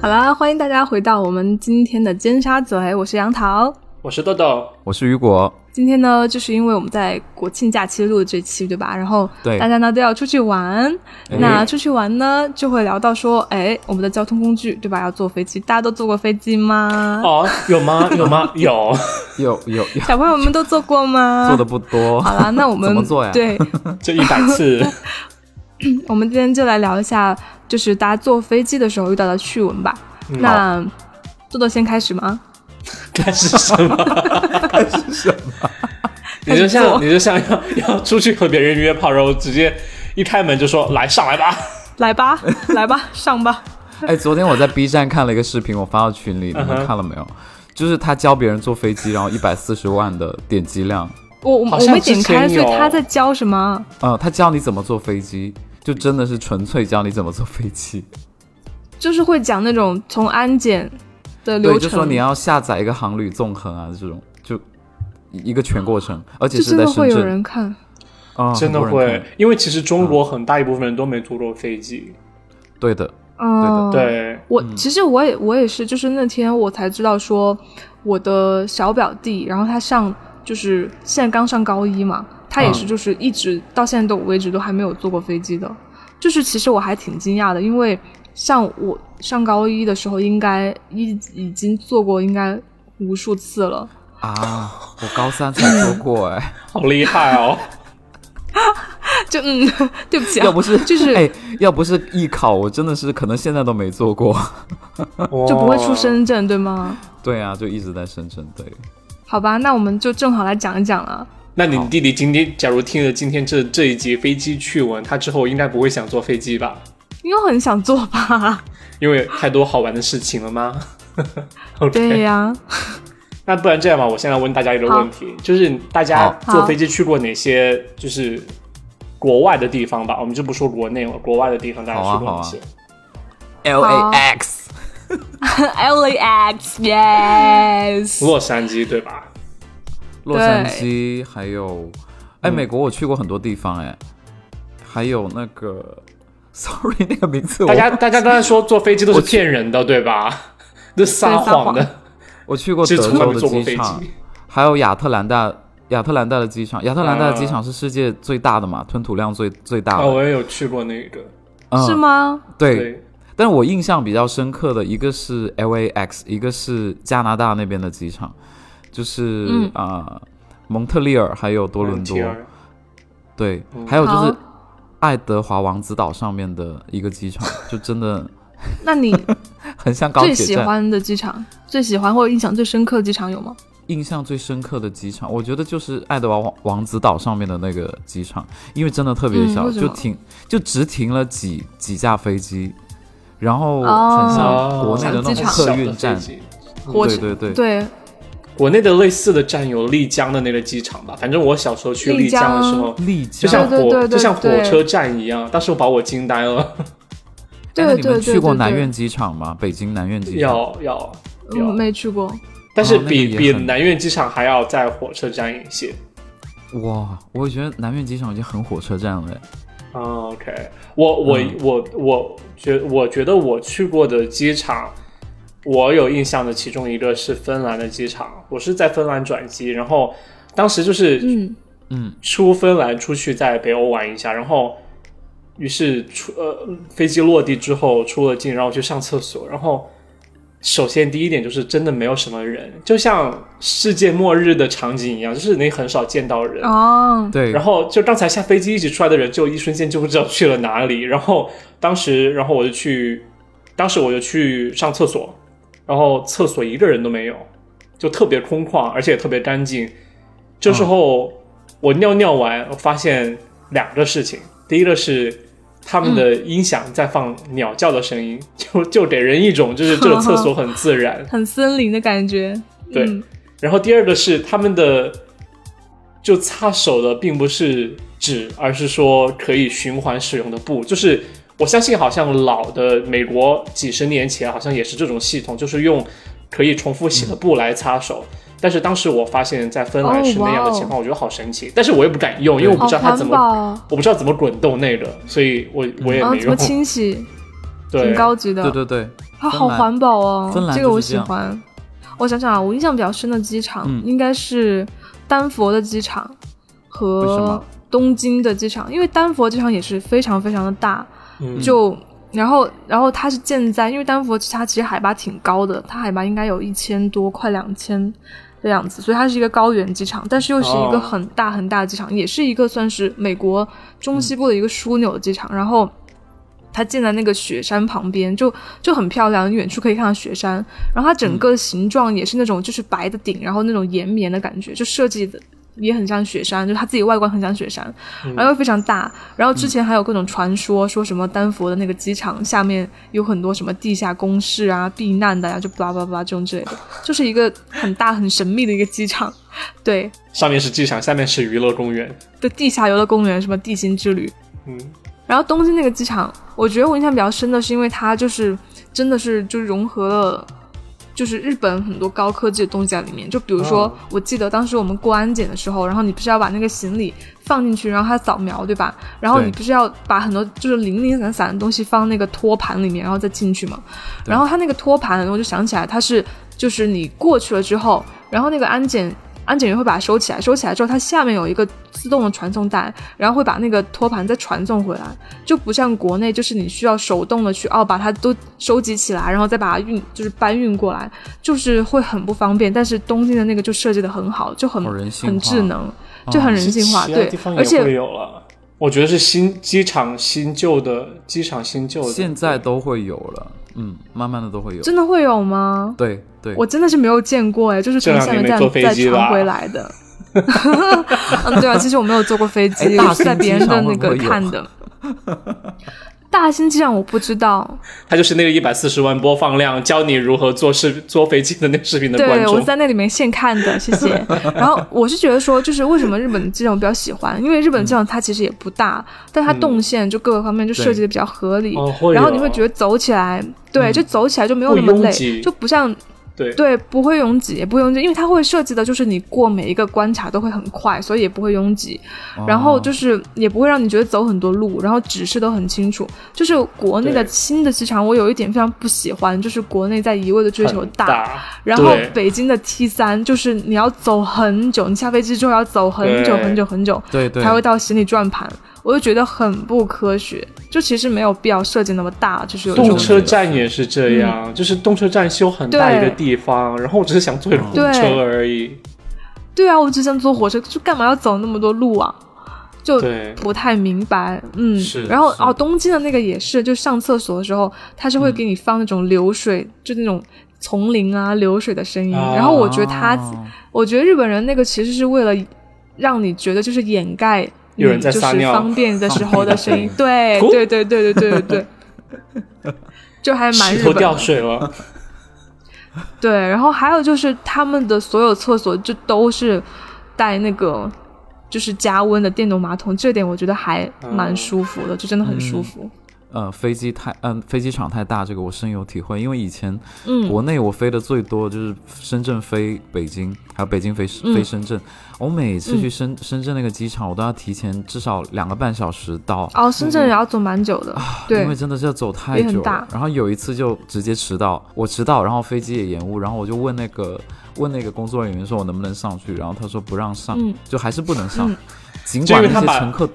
好啦，欢迎大家回到我们今天的尖沙咀，我是杨桃。我是豆豆，我是雨果，今天呢，就是因为我们在国庆假期录的这期，对吧？然后对大家呢都要出去玩，哎那出去玩呢就会聊到说，哎，我们的交通工具，对吧？要坐飞机，大家都坐过飞机吗？哦，有吗？有吗？ 有，有有有小朋友们都坐过吗？做的不多，啊好啦，那我们 怎么做呀对，就一百次。 我们今天就来聊一下，就是大家坐飞机的时候遇到的趣闻吧。嗯那豆豆先开始吗？但是什 么？开你始就做像你就像要要出去和别人约炮，然后直接一开门就说来上来吧。来吧，来吧，上吧。哎，昨天我在 B 站看了一个视频，我发到群里，你们嗯哼看了没有？就是他教别人坐飞机，然后一百四十万的点击量，我我好我像没点开，之所前有以他在教什么？呃，他教你怎么坐飞机，就真的是纯粹教你怎么坐飞机。就是会讲那种从安检的流对，程，就说你要下载一个航旅纵横啊，这种就一一个全过程，而且就是真在的深会有圳，人看。啊，真的很多人会看，因为其实中国很大一部分人都没坐过飞机。对的，嗯，。对，我其实我也我也是，就是那天我才知道说，我的小表弟，然后他上就是现在刚上高一嘛，他嗯也是就是一直到现在都为止都还没有坐过飞机的，就是其实我还挺惊讶的，因为像我上高一的时候，应该已已经坐过应该无数次了，啊，我高三才坐过哎。好厉害哦！ 就嗯， 对不起、啊，要不是 就是哎，要不是艺考，我真的是可能现在都没做过。就 就不会出。深圳对吗？对啊，就一直在深圳。对，好吧，那我们就正好来讲一讲了。那你弟弟今天假如听了今天这这一集飞机趣闻，他之后应该不会想坐飞机吧？因为很想做 吧？因为太多好玩的事情了吗 ？OK，对呀、那不然这样吧，我先来问大家一个问题，就是大家好坐飞机去过哪些就是国外的地方吧？我们就不说国内了，国外的地方大家好啊去过哪些？ L A X， LAX yes，洛杉矶对吧？洛杉矶，还有，哎，美国我去过很多地方，哎，还有那个，sorry，那个名字大我家大家刚才说坐飞机都是骗人的对吧？ 这撒谎的，我去过其德实从来州没的坐过机飞场，机。还有亚特兰大。亚特兰大的机场，亚特兰大的机场是世界最大的嘛，吞吐量最最大啊，的，我也有去过那个， 嗯、是？吗？对，对，但我印象比较深刻的一个是 L A X，一个是加拿大那边的机场，就是嗯啊、蒙特利尔还有多伦多， MTR 对，嗯还有就好是爱德华王子岛上面的一个机场， 就真的那你很像 高最铁喜站。欢的机场，最喜欢或者印象最深刻的机场有吗？印象最深刻的机场，我觉得就是爱德华王王子岛上面的那个机场，因为真的特别嗯小，为什就么停就只停了几几架飞机，然后哦很像哦国内的小那机种场客运站小的，飞机火嗯对车对哎对。对，国内的类似的站有丽江的那个机场吧，反正我小时候去丽丽江的时候，丽就江，像对对对火对就像火对车站一样，当时我把我惊呆了，对哎那你对们对去过对南对苑机场吗？北京南苑机场？要要嗯要，没去过。但是哦那个比也比很南苑机场还要在火车站一些。哇，我觉得南苑机场已经很火车站了。哎啊 OK，我我、嗯我我觉我觉得我去过的机场，我有印象的其中一个是芬兰的机场，我是在芬兰转机，然后当时就是嗯，嗯，出芬兰出去在北欧玩一下，然后于是出呃飞机落地之后出了境，然后去上厕所，然后。首先，第一点就是真的没有什么人，就像世界末日的场景一样，就是你很少见到人。哦，对然，后就刚才下飞机一起出来的人，就一瞬间就不知道去了哪里。然后当时，然后我就去，当时我就去上厕所，然后厕所一个人都没有，就特别空旷，而且特别干净。这时候、我尿尿完，我发现两个事情，第一个是。他们的音响在放鸟叫的声音，就就给人一种就是这个厕所很自然，很森林的感觉。对嗯然后第二个是他们的就擦手的并不是纸，而是说可以循环使用的布，就是。我相信，好像老的美国几十年前好像也是这种系统，就是用可以重复洗的布来擦手。但是当时我发现，在芬兰是那样的情况，我觉得好神奇。但是我也不敢用，因为我哦不好知道它环怎么，保哦，我不知道怎么滚动那个，所以我我也啊没怎么用。清洗， 对挺，高级的。对对对，它芬啊好兰环保哦，芬兰这个我就是这喜样欢。我想想啊，我印象比较深的机场、嗯应该是丹佛的机场为什么和东京的机场，因为丹佛机场也是非常非常的大，嗯就然后然后它是建在，因为丹佛它其实海拔挺高的，它海拔应该有一千多，快两千。的样子，所以它是一个高原机场，但是又是一哦个很大很大的机场，也是一个算是美国中西部的一个枢纽的机场。然后它建在那个雪山旁边，就就很漂亮，远处可以看到雪山。然后它整个形状也是那种就是白的顶，然后那种延绵的感觉，就设计的也很像雪山，就是它自己外观很像雪山，然后又非常大。然后之前还有各种传说，说什么丹佛的那个机场下面有很多什么地下工事啊、避难的呀、就巴拉巴拉巴拉这种之类的，就是一个很大很神秘的一个机场。 对上面是机场，下面是娱乐公园。的地下游乐公园，什么地心之旅，嗯，然后东京那个机场，我觉得我印象比较深的是，因为它就是真的是就融合了，就是日本很多高科技的东西在里面。就比如说，哦我记得当时我们过安检的时候，然后你不是要把那个行李放进去，然后它扫描，对吧？然后对你不是要把很多就是零零散散的东西放那个托盘里面，然后再进去嘛？然后它那个托盘，我就想起来，它是就是你过去了之后，然后那个安检安检员会把它收起来，收起来之后，它下面有一个自动的传送带，然后会把那个托盘再传送回来，就不像国内，就是你需要手动的去哦把它都收集起来，然后再把它运就是搬运过来，就是会很不方便。但是东京的那个就设计的很好，就很好人性化啊很智能，就很人性化，其他对地方，也而且会有了。我觉得是新机场新旧的机场新旧的，现在都会有了，嗯，慢慢的都会有。真的会有吗？对对，我真的是没有见过哎，就是从这两下年个没站坐飞再机吧传回来的。 嗯， 对啊，其实我没有坐过飞哎机，大我是在兴别人机的场那会不个会有看的。大兴机场我不知道，他就是那个一百四十万播放量，教你如何坐视坐飞机的那个视频的观对我众是。在那里面现看 的，谢谢。然后我是觉得说，就是为什么日本的机场我比较喜欢，因为日本机场它其实也不大，但它动线就各个方面就设计的比较合理，嗯哦会然后有你会觉得走起来，对，就走起来就没有不那么拥累，挤就不像对对，不会拥挤，也不会拥挤，因为它会设计的就是你过每一个关卡都会很快，所以也不会拥挤。哦然后就是也不会让你觉得走很多路，然后指示都很清楚。就是国内的对新的机场，我有一点非常不喜欢，就是国内在一味的追求很大，然后对北京的 T 三就是你要走很久，你下飞机之后要走很久对很久很久对对，才会到行李转盘，我就觉得很不科学。就其实没有必要设计那么大，嗯就是有这动种车站也是这样，就是动车站修很大一个地方，然后我只是想坐一辆对公车而已。对啊，我只想坐火车，就干嘛要走那么多路啊？就对不太明白，嗯，是然后是哦，东京的那个也是，就上厕所的时候，它是会给你放那种流水，就那种丛林啊流水的声音。啊然后我觉得它，哦。我觉得日本人那个其实是为了让你觉得就是掩盖你有人在就是撒尿方便的时候的声音对 哭对对对对对对 对，就还蛮石日头本的掉 水了，对，然后还有就是他们的所有厕所就都是带那个就是加温的电动马桶，这点我觉得还蛮舒服的，就真的很舒服。呃，飞机太嗯、飞机场太大，这个我深有体会。因为以前嗯国内我飞的最多就是深圳飞北京，还有北京飞飞嗯深圳。我每次去嗯深深圳那个机场，我都要提前至少两个半小时到，哦，深圳也要走蛮久的，对因为真的是要走太也很久了大。然后有一次就直接迟到，我迟到，然后飞机也延误，然后我就问那个问那个工作人员说我能不能上去，然后他说不让上，嗯就还是不能上。尽就因管为那他些把乘客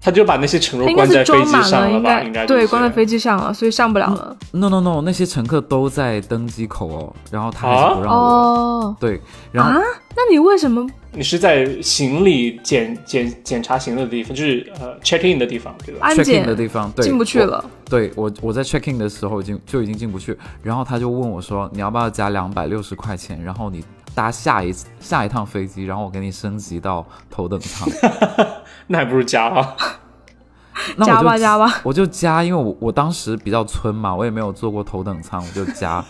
他就把那些乘它客应该关是在飞装机满上应吧？该应该对，就是关在飞机上了，所以上不了了。 No no no，那些乘客都在登机口哦，然后他还啊是不让我。哦，对，然后、啊那你为什么你是在行李检检检查行李的地方，就是呃 check in 的地方，对吧？安 check in 检的地方对进不去。了？我对我我在 check in 的时候已经就已经进不去，然后他就问我说你要不要加两百六十块钱，然后你搭下一下一趟飞机，然后我给你升级到头等舱。 那还不如加啊。那我加就吧加 吧，我就加，因为我我当时比较村嘛，我也没有坐过头等舱，我就 加。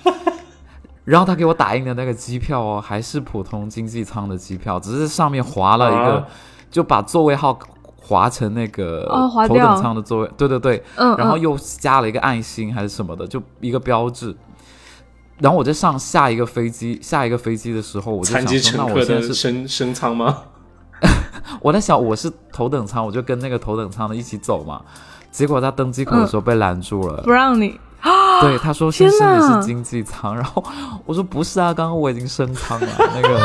然后他给我打印的那个机票哦，还是普通经济舱的机票，只是上面划了一个，啊就把座位号划成那个哦划头掉等舱的座位，对对对，嗯然后嗯又加了一个爱心还是什么的，就一个标志。然后我在上下一个飞机，下一个飞机的时候，我就残想疾说，那乘我客现在的是升升舱吗？ 我在想我是头等舱，我嗯就跟那个头等舱的一起走嘛。结果他登机口的时候被拦住了，不让你 对，他说先天生你哪是经济舱， 然后我说不是啊，刚刚我已经升舱了。 那个，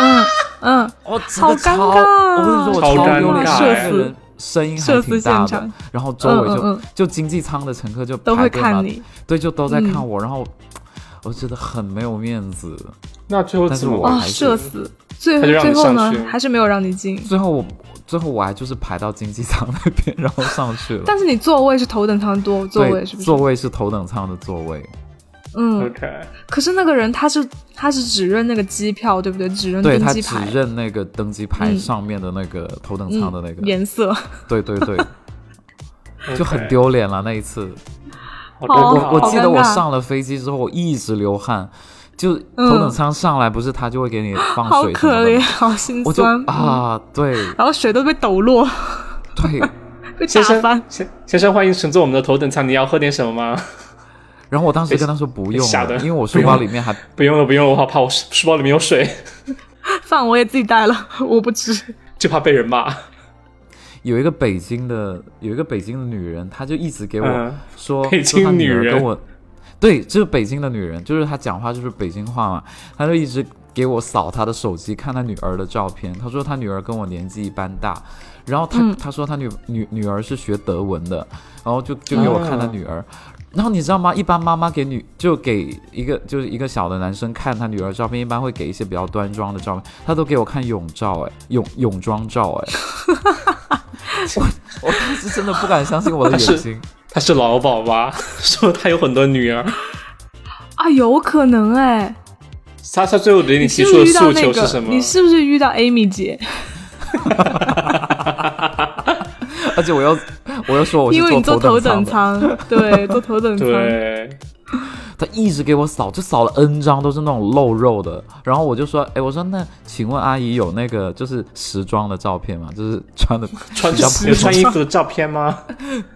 嗯 嗯，我真好的尴哦超，尬啊我跟你说我超超尴丢脸，尬那社个死人声音还社死挺现大的场，然后周围嗯嗯就嗯就经济舱的乘客就都排会队嘛看，你，对，就都在看嗯我，然后我觉得很没有面子。那最后但是怎么我办哦，还是社死！最他就让最你后上呢去，还是没有让你进。最后我最后我还就是排到经济舱那边，然后上去了。但是你座位是头等舱座座对，位是不是座？位是头等舱的座位，嗯， ？OK，可是那个人他是他是只认那个机票，对不对？只认嗯对登他机只牌、认那个登机牌嗯上面的那个头等舱的那个，嗯、颜色，对对对，就很 OK，丢脸了那一次。好好尴我尬我哦好记尴得我尬上了飞机之后，我一直流汗，就嗯头等舱上来不是他就会给你放好水什么可的怜，吗，好心我就酸。啊，对然后水都被抖落，对，被打先生翻。，先先生，欢迎乘坐我们的头等舱，你要喝点什么吗？ 然后我当时跟他说不用吓了得，因为我不书用包了里面还不用了，不用了，我好怕我书书包里面有水， 饭我也自己带了，我不吃。就怕被人骂。有一个北京的有一个北京的女人，她就一直给我嗯说，北说她京女女儿人跟我，对，就是北京的女人，就是她讲话就是北京话嘛，她就一直给我扫她的手机，看她女儿的照片。她说她女儿跟我年纪一般大，然后她、嗯她说她女女女儿是学德文的，然后就就给我看她啊女儿。然后你知道吗？一般妈妈给女就给一个就是一个小的男生看他女儿照片，一般会给一些比较端庄的照片，他都给我看泳照、哎，泳泳装照、哎， 我当时真的不敢相信我的眼睛。他是老鸨吧？ 说他有很多女儿，啊，有可能哎、他他最后给你你提是出不的是遇到诉那求是个什？么你？是不是遇到 Amy 姐？ 而且我又我又说我是因为你坐头等等舱舱，对，坐头等舱。 对，的，他一直给我扫，就扫了 N 张都是那种露肉的。然后我就说，哎，我说那请问阿姨有那个就是时装的照片吗？就是穿的 穿比较普有通穿衣服的照片吗？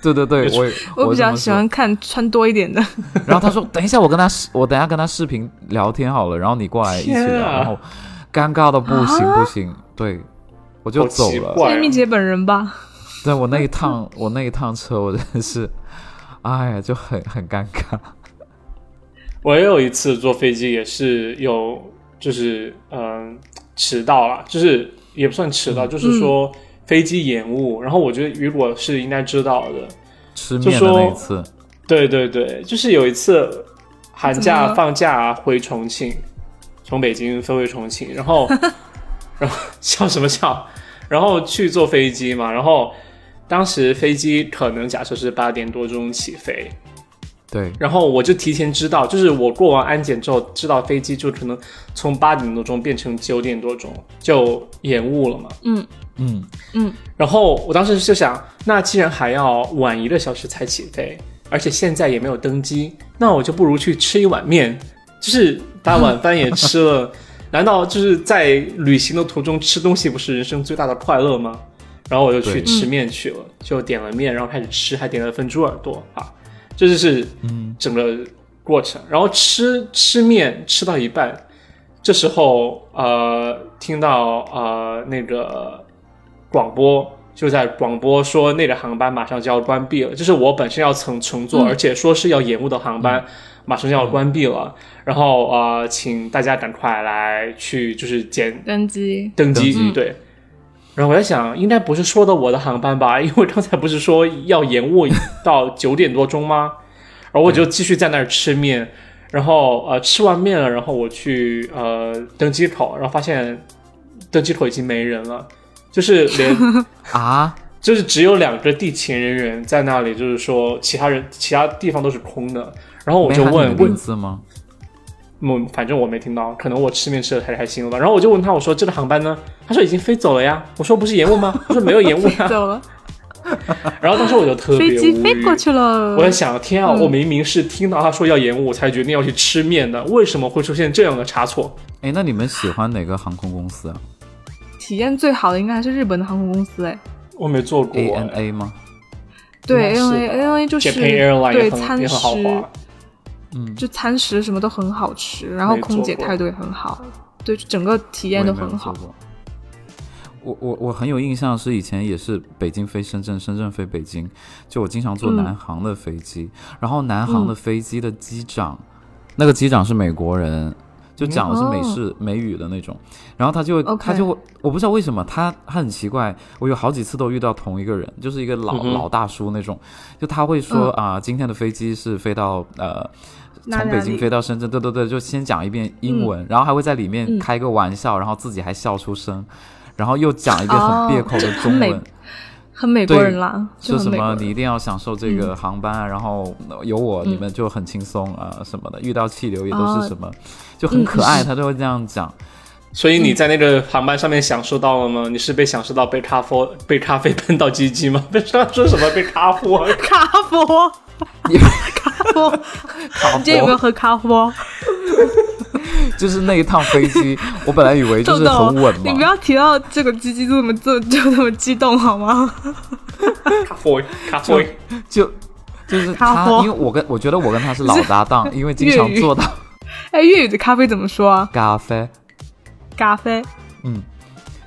对 对对，有我也我比这较么喜说欢看穿多一点的。然后他说：“等一下，我跟他视，我等一下跟他视频聊天好了，然后你过来一起天聊。啊然后尴尬到不行啊不行，对我就好走奇了。怪啊 Amy 姐本人吧，对我那一趟，我那一趟车，我真的是，哎呀，就很很尴尬。我也有一次坐飞机，也是有就是嗯迟到了，就是也不算迟到，就是说飞机延误。然后我觉得雨果是应该知道的，吃面的那一次，对对对，就是有一次寒怎么假了放假回重庆，从北京飞回重庆，然后然后笑什么笑？然后去坐飞机嘛，然后当时飞机可能假设是八点多钟起飞，对，然后我就提前知道，就是我过完安检之后知道飞机就可能从八点多钟变成九点多钟，就延误了嘛。嗯嗯，嗯，然后我当时就想，那既然还要晚一个小时才起飞，而且现在也没有登机，那我就不如去吃一碗面，就是把晚饭也吃了。难道就是在旅行的途中吃东西不是人生最大的快乐吗？然后我就去对吃面去了，就点了面，然后开始吃，还点了份猪耳朵啊，这就是嗯整个过程。然后吃吃面吃到一半，这时候呃听到呃那个广播就在广播说那个航班马上就要关闭了，就是我本身要乘乘坐，嗯而且说是要延误的航班，马上就要关闭了。然后呃，请大家赶快来去就是检登 机。登机，嗯登机对。然后我在想，应该不是说的我的航班吧？因为刚才不是说要延误到九点多钟吗？然后我就继续在那儿吃面，然后呃吃完面了，然后我去呃登机口，然后发现登机口已经没人了，就是连啊，就是只有两个地勤人员在那里，就是说其他人其他地方都是空的。然后我没就喊你问的名问，字吗？嗯，反正我没听到，可能我吃面吃的太开心了吧。然后我就问他，我说这个航班呢？他说已经飞走了呀。我说不是延 误吗？他说没有延误呀。走了，然后当时我就特别飞机无飞语过去了。我在想，天啊，嗯我明明是听到他说要延误，我才决定要去吃面的，为什么会出现这样的差错？哎，那你们喜欢哪个航空公司啊体验最好的应该还是日本的航空公司哎，我没做过？A 嗯 N A 吗？对应该是 ANA 吧 ANA 就是 Japan Airline 对也很餐也很豪食华，嗯，就餐食什么都很好吃，然后没空姐错过态度也很好，对，就整个体验都我也没有很好做。过。我我我很有印象，是以前也是北京飞深圳，深圳飞北京，就我经常坐嗯南航的飞机，然后南航的飞机的机长，那个机长是美国人，就讲的是美式、美语的那种，然后他就会哦 OK 他就会我不知道为什么他他很奇怪，我有好几次都遇到同一个人，就是一个老、嗯哼老大叔那种，就他会说啊、今天的飞机是飞到呃。嗯哪从里北哪京里飞到深圳，对对对，就先讲一遍英文，然后还会在里面嗯开个玩笑，然后自己还笑出声，然后又讲一遍很别口的中很哦文，美很美国对人啦，就说很什美国么人嗯你一定要享受这个航班啊，然后有我你们就很轻松啊、什么的，遇到气流也都是哦什么，就很可爱，他都会这样讲。所以嗯你在那个航班上面享受到了吗？你是被享受到被咖啡被咖啡喷到鸡鸡吗？被 他说什么被咖啡？咖佛， 咖佛，你今天有没有喝咖佛？就是那一趟飞 机，我本来以为就豆是豆很稳，你不嘛，要提到这个鸡鸡就这么就就这么激动好吗？咖啡咖啡，就就是卡他，佛因为我跟我觉得我跟他是老 搭档，因为经粤常语坐到哎，粤语的咖啡怎么说啊？咖啡。咖啡。嗯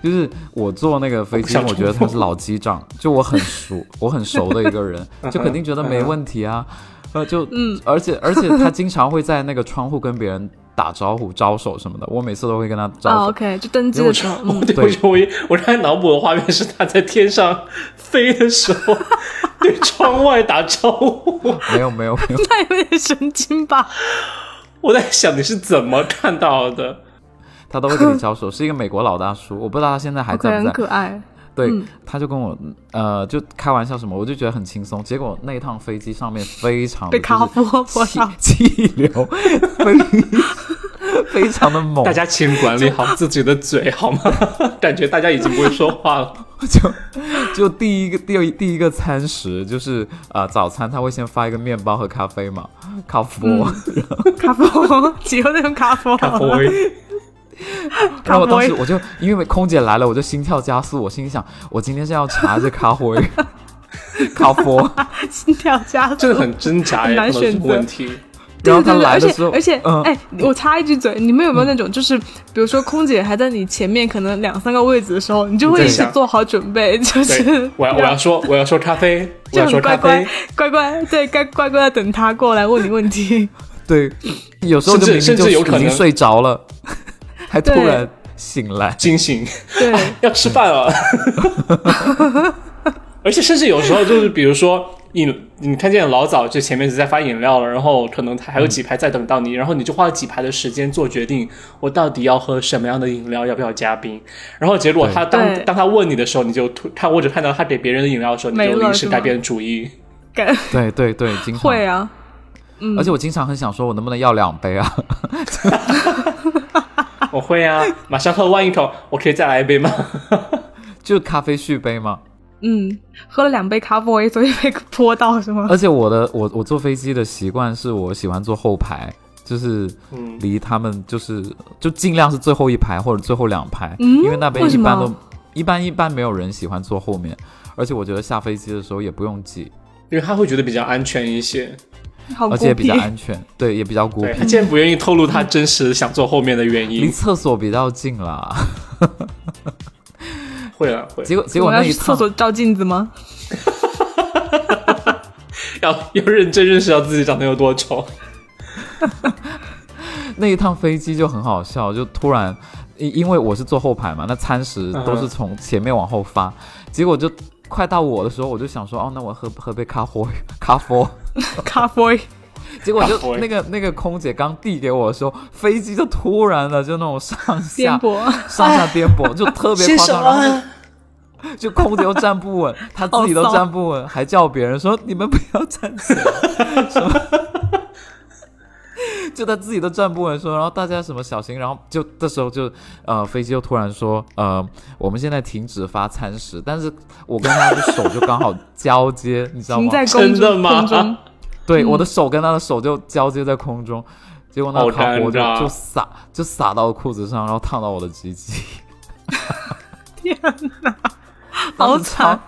就是我坐那个飞机，我不想我觉得重他复是老机长，就我很熟，我很熟的一个人，就肯定觉得没问题啊。呃，就嗯，而且而且他经常会在那个窗户跟别人打招呼、招手什么的，我每次都会跟他啊招手。 ，OK，就登机我的知时道候，， 我嗯，对，我觉得我一我刚才脑补的画面是他在天上飞的时 候对窗外打招呼，没有没有没有，那有点神经吧？我在想你是怎么看到的？他都会跟你招手，是一个美国老大叔，我不知道他现在还 OK，在不很在。可爱。对，嗯他就跟我呃就开玩笑什么，我就觉得很轻松。结果那一趟飞机上面非常地被咖就是啡泼气到气流， 非非常的猛，大家请管理好自己的嘴好 吗？感觉大家已经不会说话 了。 就就第一个第一第一个餐食就是啊、呃早餐他会先发一个面包和咖啡嘛，咖啡，嗯咖啡，以后再用咖啡。咖啡， 然后我咖当啡时我就因为空姐来了，我就心跳加速，我心想我今天是要查这咖啡，咖啡，心跳加速。这个很挣扎很呀，难可能是选择问题。对然后对他对，来而的且时候，而且，嗯、哎，我插一句嘴，你们有没有那种，就是比如说空姐还在你前面可能两三个位置的时候，你就会你在一直想做好准备，就对 是，我要我要说我要说咖啡，我就要说很咖乖乖啡，乖乖，对，该乖乖的等他过来问你问 题。对，有时候甚至就明明甚就至有已可经能睡着了， 还突对然醒来， 惊醒。对，要吃饭 了。而且甚至有时候就是，比如说饮，你看见老早就前面一直在发饮料了，然后可能他还有几排在等到你，然后你就花了几排的时间做决定，我到底要喝什么样的饮料，要不要加冰？然后结果他当对当他问你的时候，你就突看或者看到他给别人的饮料的时候，你没就了临时是吗改变主意。感对对对，经常会啊，而且我经常很想说，我能不能要两杯啊？ 我会啊，马上喝完一口，我可以再来一杯吗？就咖啡续杯嘛。嗯，喝了两杯咖啡，所以被泼到是吗？ 而且我的我我坐飞机的习惯是我喜欢坐后排，就是嗯离他们就是就尽量是最后一排或者最后两排，嗯因为那边为一什么般都一般一般没有人喜欢坐后面，而且我觉得下飞机的时候也不用挤，因为他会觉得比较安全一些，好呃而哦孤且也比僻较，安全，对，也比较孤对嗯僻，他既然不愿意透露他真实想坐后面的原离因，厕所比较近啦。 会啊了会了。结果结我果要那去一嗯厕趟所照镜子吗？要 要认真认识到自己长得有多 丑。那一趟飞机就很好笑，就突然，因因为我是坐后排嘛，那餐食都是从前面往后发，结果就快到我的时候，我就想说，哦，那我喝喝杯咖啡，咖啡。咖啡，结果咖就啡那个那个空姐刚递给我的时候，飞机就突然的就那种上颠下簸，啊上下颠簸，就 特别夸张，然后就就空姐又站不稳，她自己都好骚站不稳，还叫别人说你们不要站起来， 什么，就她自己都站不稳说，然后大家什么小心，然后就这时候就呃飞机又突然说呃我们现在停止发餐食，但是我跟她的手就刚好交接，你知道停吗？在空真中，的吗空中对，嗯我的手跟他的手就交接在空中，结果那好烤火就尴尬就洒就洒到裤子上，然后烫到我的鸡鸡， 天哪，好 当时超惨！！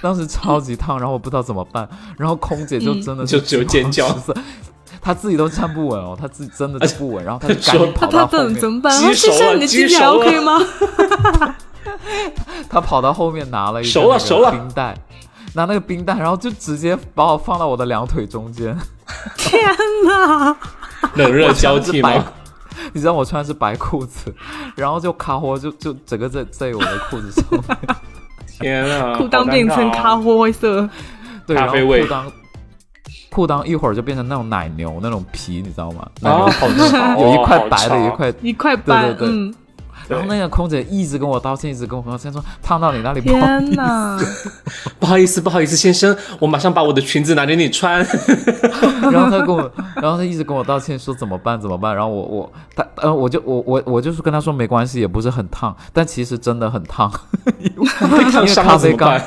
当时超级烫，然后我不知道怎么办，然后空姐就嗯真的就只有尖叫 她自己都站不稳哦，她自己真的就不稳，然后她就赶说紧他跑到他后怎面怎么办？鸡他身熟了上你的鸡鸡还熟了 OK 吗？他跑到后面拿了一个熟了熟了那个冰袋，拿那个冰袋，然后就直接把我放到我的两腿中间，天哪！冷热交穿替着白嘛。 你知道我穿的是白裤子，然后就卡火就就整个在在我的裤子上 面， 天啊，裤裆变成咖好尴尬哦啡灰色，对，咖然后啡味裤裆裤裆一会儿就变成那种奶牛那种皮，你知道吗？奶啊，牛好吵哦，有一块白好的，吵有一，块一块板，对对对嗯，对然后那个空姐一直跟我道歉，一直跟我道歉说烫到你那里不好天哪！不好意思，不好意思，先生，我马上把我的裙子拿给你 穿。然后他跟我，然后他一直跟我道歉说怎么办怎么办，然后我我他呃我就我我我就是跟他说没关系，也不是很烫，但其实真的很烫。被烫伤了怎么咖啡办？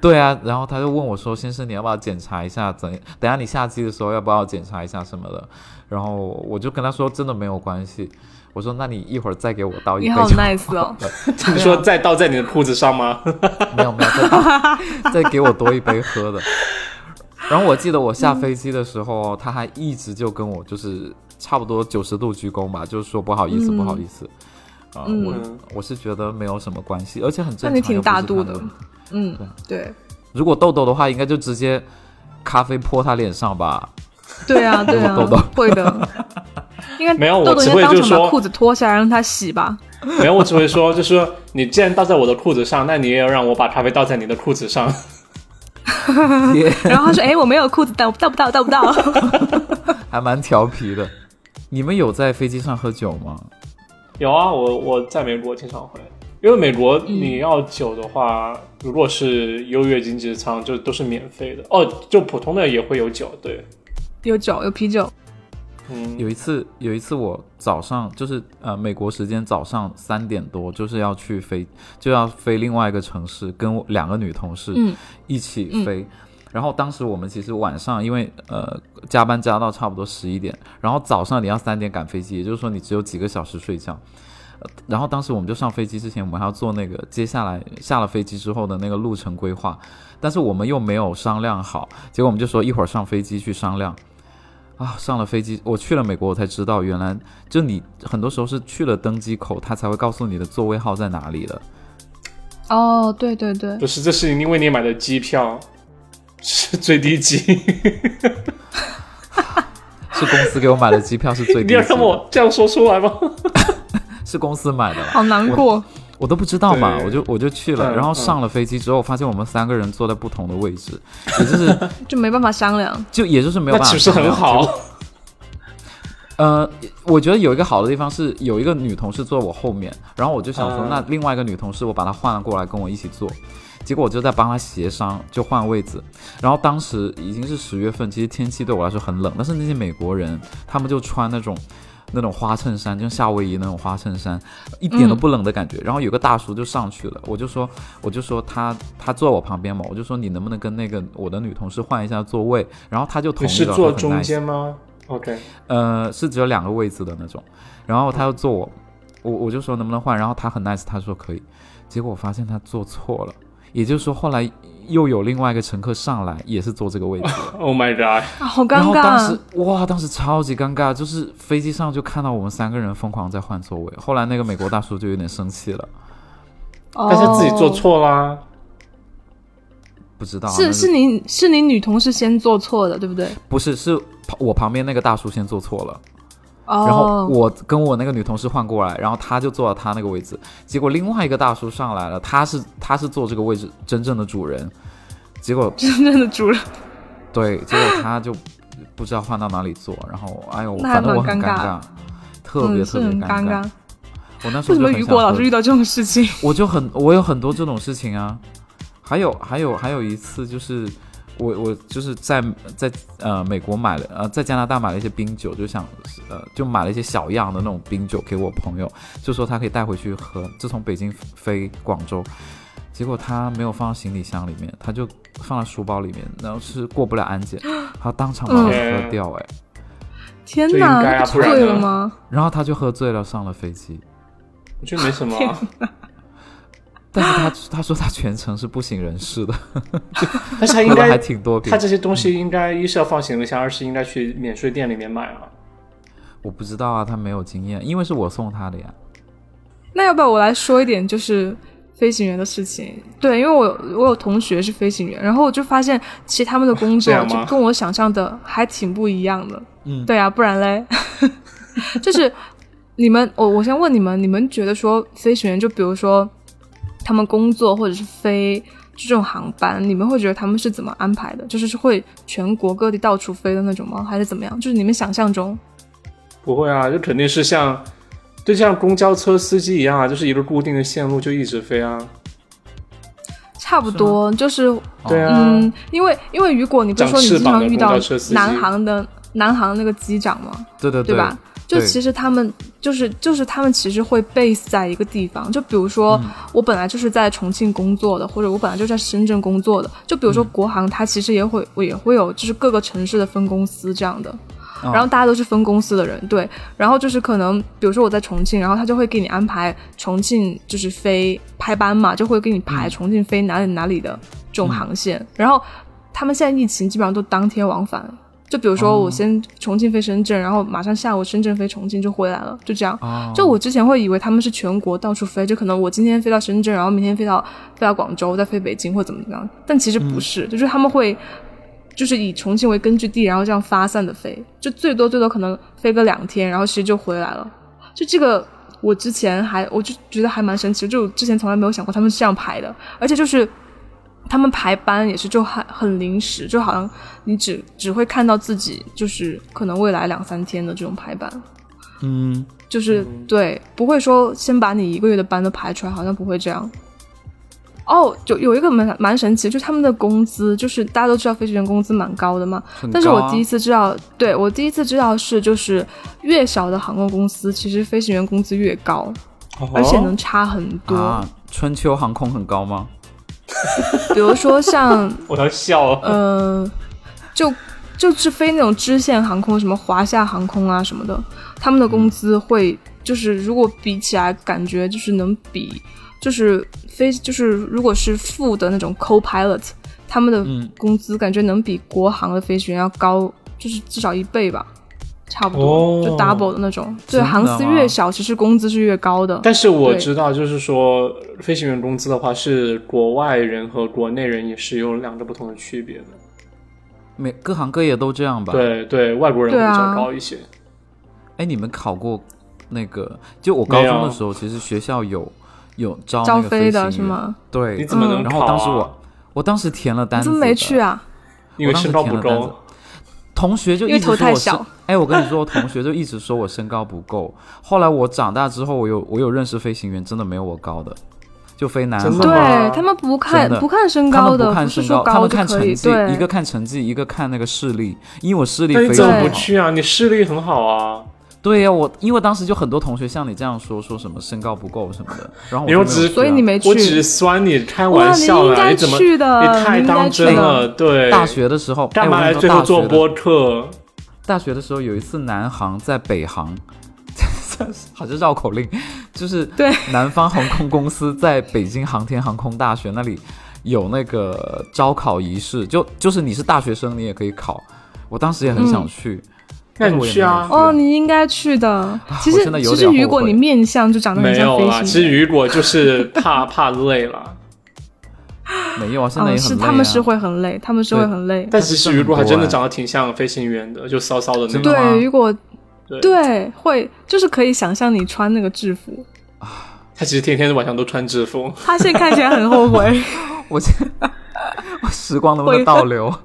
对啊，然后他就问我说：“先生，你要不要检查一下？怎等下你下机的时候要不要检查一下什么的？”然后我就跟他说：“真的没有关系。”我说：“那你一会儿再给我倒一杯你就好好。 nice 哦， 你说再倒在你的裤子上吗？没有没有，再倒再给我多一杯喝的。然后我记得我下飞机的时候，他还一直就跟我就是差不多九十度鞠躬吧，就是说不好意思，不好意思。啊、嗯我我是觉得没有什么关系，而且很那正常。你挺大又度不是的他们。嗯，对，如果痘痘的话，应该就直接咖啡泼他脸上吧。对啊，对啊豆豆，会的。应该没有我豆豆只应会该当就场把说裤子脱下来让他洗吧。没有，我只会说，就是说你既然倒在我的裤子上，那你也要让我把咖啡倒在你的裤子上。也 然后他说：“哎，我没有裤子，到到不到？到不到？” 还蛮调皮的。你们有在飞机上喝酒吗？有啊，我我在美国经常会，因为美国嗯你要酒的话，如果是优越经济舱，就都是免费的哦，就普通的也会有酒，对，有酒，有啤酒。嗯，有一次，有一次我早上就是呃美国时间早上三点多，就是要去飞，就要飞另外一个城市，跟我两个女同事嗯一起飞。然后当时我们其实晚上因为呃加班加到差不多十一点，然后早上你要三点赶飞机，也就是说你只有几个小时睡觉。呃然后当时我们就上飞机之前，我们还要做那个接下来下了飞机之后的那个路程规划，但是我们又没有商量好，结果我们就说一会儿上飞机去商量。啊，上了飞机，我去了美国，我才知道原来就你很多时候是去了登机口，他才会告诉你的座位号在哪里的。哦，对对对不，是，这是因为你买的机票 是最低级，是公司给我买的机票是最 你低要级的让我这样说出来吗？是公司买的啦，好难过。我都不知道嘛，对我就我就去了，嗯然后上了飞机之后，发现我们三个人坐在不同的位置，也就是就没办法商量。就也就是没有 那办岂法。不是很？好？呃，我觉得有一个好的地方是有一个女同事坐我后面，然后我就想说，嗯那另外一个女同事我把她换了过来跟我一起坐，结果我就在帮她协商，就换位子。然后当时已经是十月份，其实天气对我来说很冷，但是那些美国人他们就穿那种。那种花衬衫，就夏威夷那种花衬衫，一点都嗯不冷的感觉。然后有个大叔就上去了，我就说，我就说他他坐我旁边嘛，我就说你能不能跟那个我的女同事换一下座位？然后他就同 你意是了，坐他很中 nice 间吗？OK，呃，是只有两个位置的那种。然后他要坐我，我我就说能不能换，然后他很 nice，他说可以。结果我发现他坐错了，也就是说后来又有另外一个乘客上来，也是坐这个位置。 Oh my god！啊好哦尴然后当尬时，哇，当时超级尴尬，就是飞机上就看到我们三个人疯狂在换座位。后来那个美国大叔就有点生气了，但哦但是自己做错啦，不知道啊那是是你是你女同事先做错的，对不对？不是是旁我旁边那个大叔先坐错了。哦，然后我跟我那个女同事换过来，然后她就坐到她那个位置，结果另外一个大叔上来了，他是他是坐这个位置真正的主人，结果真正的主人，对，结果他就不知道换到哪里坐，然后哎呦，那还反正我很蛮尴尴尬尬，特别嗯、特是别很尬。尬。我那时为候什就么很雨想果老喝是遇到这种事 情？我就很，我有很多这种事情啊。还有，还有，还有一次就是，我我就是在在呃美国买了呃在加拿大买了一些冰酒，就想呃就买了一些小样的那种冰酒给我朋友，就说他可以带回去喝。就从北京飞广州，结果他没有放到行李箱里面，他就放在书包里面，然后是过不了安检，他当场把我嗯喝掉哎、天这哪，应该啊那不不然醉呢了吗？然后他就喝醉了上了飞机，我觉得没什么啊。 但是他他说他全程是不省人事的，但是他应喝了还该，挺多瓶他。这些东西应该一是要放行李箱，二是应该去免税店里面买啊。我不知道啊，他没有经验，因为是我送他的呀。那要不要我来说一点就是飞行员的事情？对，因为我有我有同学是飞行员，然后我就发现其实他们的工这作样就吗跟我想象的还挺不一样的。嗯对啊，不然嘞， 就是你们，我我先问你们，你们觉得说飞行员，就比如说他们工作或者是飞这种航班，你们会觉得他们是怎么安排的？就是是会全国各地到处飞的那种吗？还是怎么样？就是你们想象中？不会啊，这肯定是像，就像公交车司机一样啊，就是一个固定的线路就一直飞啊。差不多，就是哦对啊，嗯，因为因为雨果，你不是说你经常遇长翅膀的公到交车司机南航的南航那个机长吗？对对对吧？就对其实他们就是就是他们其实会 base 在一个地方，就比如说嗯我本来就是在重庆工作的，或者我本来就在深圳工作的，就比如说嗯国航，它其实也会我也会有就是各个城市的分公司这样的，嗯然后大家都是分公司的人，对，然后就是可能比如说我在重庆，然后他就会给你安排重庆就是飞排班嘛，就会给你排重庆飞哪里哪里的这种航线，然后他们现在疫情基本上都当天往返，就比如说我先重庆飞深圳，然后马上下午深圳飞重庆就回来了，就这样。哦就我之前会以为他们是全国到处飞，就可能我今天飞到深圳，然后明天飞到飞到广州，再飞北京或怎么怎么样，但其实不是，就是他们会就是以重庆为根据地，然后这样发散的飞，就最多最多可能飞个两天，然后其实就回来了。就这个，我之前还我就觉得还蛮神奇的，就我之前从来没有想过他们是这样排的，而且就是他们排班也是就很很临时，就好像你只只会看到自己就是可能未来两三天的这种排班，嗯，就是、对，不会说先把你一个月的班都排出来，好像不会这样。哦，就有一个蛮蛮神奇，就是他们的工资，就是大家都知道飞行员工资蛮高的嘛，很但是我高啊第一次知道，对我第一次知道是就是越小的航空公司，其实飞行员工资越高，哦而且能差很多。啊，春秋航空很高吗？比如说像我要笑啊了。呃，就就是飞那种支线航空，什么华夏航空啊什么的，他们的嗯工资会就是如果比起来，感觉就是能比就是飞就是如果是副的那种 co-pilot，他们的嗯工资感觉能比国航的飞行员要高，就是至少一倍吧。差不多、哦就 double 的那种，对，真的航司吗越小，其实工资是越高的。但是我对知道，就是说飞行员工资的话，是国外人和国内人也是有两个不同的区别的。每各行各业都这样吧？。对对，外国人会对比啊较高一些。哎，你们考过那个？就我高没中有啊的时候，其实学校有有招招那个飞行的是员？吗？对。嗯你怎么能然考、后啊？当时我我当时填了单你子，怎么没去？啊？因为身高不我当时填了单够子，同学就因为一直头说太我身小， 哎，我跟你说，我同学就一直说我身高不够。后来我长大之后，我有我有认识飞行员，真的没有我高的，就飞南真的航吗对吗他们不看真的不看身他高们的，不看是身说他们就看可成以，绩，对，一个看成绩，一个看那个视力。因为我视力那你非怎常么不好，去啊？你视力很好啊，对呀、我因为当时就很多同学像你这样说，说什么身高不够什么的，然后我你又就没有只去啊所以你没去。我只是酸你，开玩笑哇你应啦，该你怎么去的你太当真了，对，大学的时候干嘛哎来我跟你最说后做大学的播客？大学的时候有一次南航在北航，好像绕口令，就是对南方航空公司在北京航天航空大学那里有那个招考仪式，就就是你是大学生你也可以考，我当时也很想嗯去，那但是你哎我也去啊没有哦，你应该去的。其啊我实真的有其点实后悔雨啊果你面相就长得很没像有飞啦，行其实员，雨果就是怕怕累 了，没有啊，现在嗯，也很累、是啊他们是会很累，他们是会很累。但其实雨果还真的但是很多哎长得挺像飞行员的，就骚骚的那真的种。吗对，雨果对，对会就是可以想象你穿那个制服，他其实天天晚上都穿制服。 他现在看起来很后 悔，我现我时光能不能倒流？悔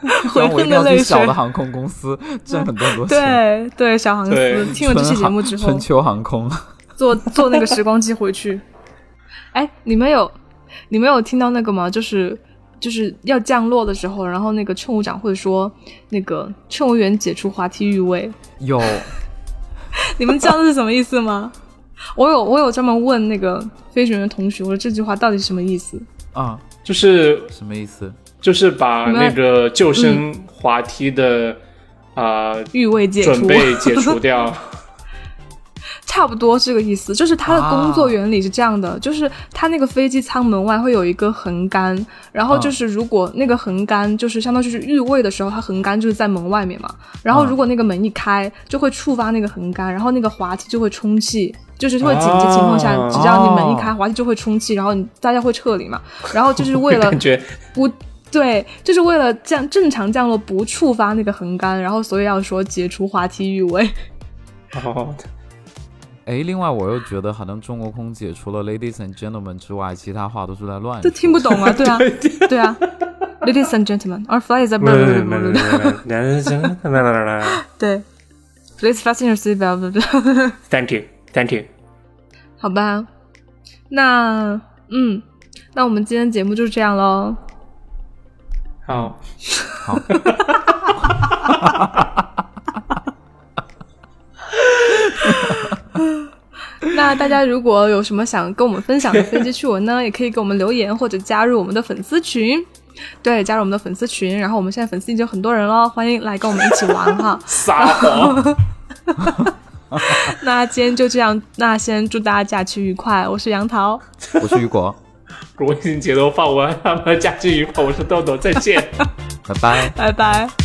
然后我一恨定的要泪去水小。的航空公 司挣很多很多钱。对对，小航对司听了这期节目之春后航春，秋航空，坐坐那个时光机回去。 哎，你们有你们有听到那个吗？就是就是要降落的时候，然后那个乘务长会说那个乘务员解除滑梯预位， 有 你们知道这是什么意思吗？ 我有我有专门问那个飞行员的同学，我说这句话到底是什么意思？啊，就是什么意思？就是把那个救生滑梯的啊、呃预位解准除， 备解除掉，差不多这个意思，就是它的工作原理是这样的，就是它那个飞机舱门外会有一个横杆，然后就是如果那个横杆就是相当于是预位的时候，它横杆就是在门外面嘛，然后如果那个门一开，就会触发那个横杆，然后那个滑梯就会充气。就是会紧急情况下，啊只要你门一开，滑梯就会充气，然后你大家会撤离嘛。然后就是为了感觉不对，就是为了降正常降落不触发那个横杆，然后所以要说解除滑梯预位。 啊哦，哎，另外我又觉得，好像中国空姐除了 ladies and gentlemen 之外，其他话都是在乱这说。听不懂啊， 对啊， 对啊。Ladies and gentlemen, our flight is about 对，please fasten your seat belt。 Thank you, thank you。好吧，那嗯，那我们今天节目就是这样喽。好，。好，那大家如果有什么想跟我们分享的飞机趣闻呢，也 可以给我们留言或者加入我们的粉丝群。对，加入我们的粉丝群，然后我们现在粉丝已经有很多人了，欢迎来跟我们一起玩哈撒谎。 那今天就这样，那先祝大家假期愉快，我是杨桃，我是雨果， 国庆节都放完，他们假期愉快。我是豆豆，再见。拜拜。拜拜。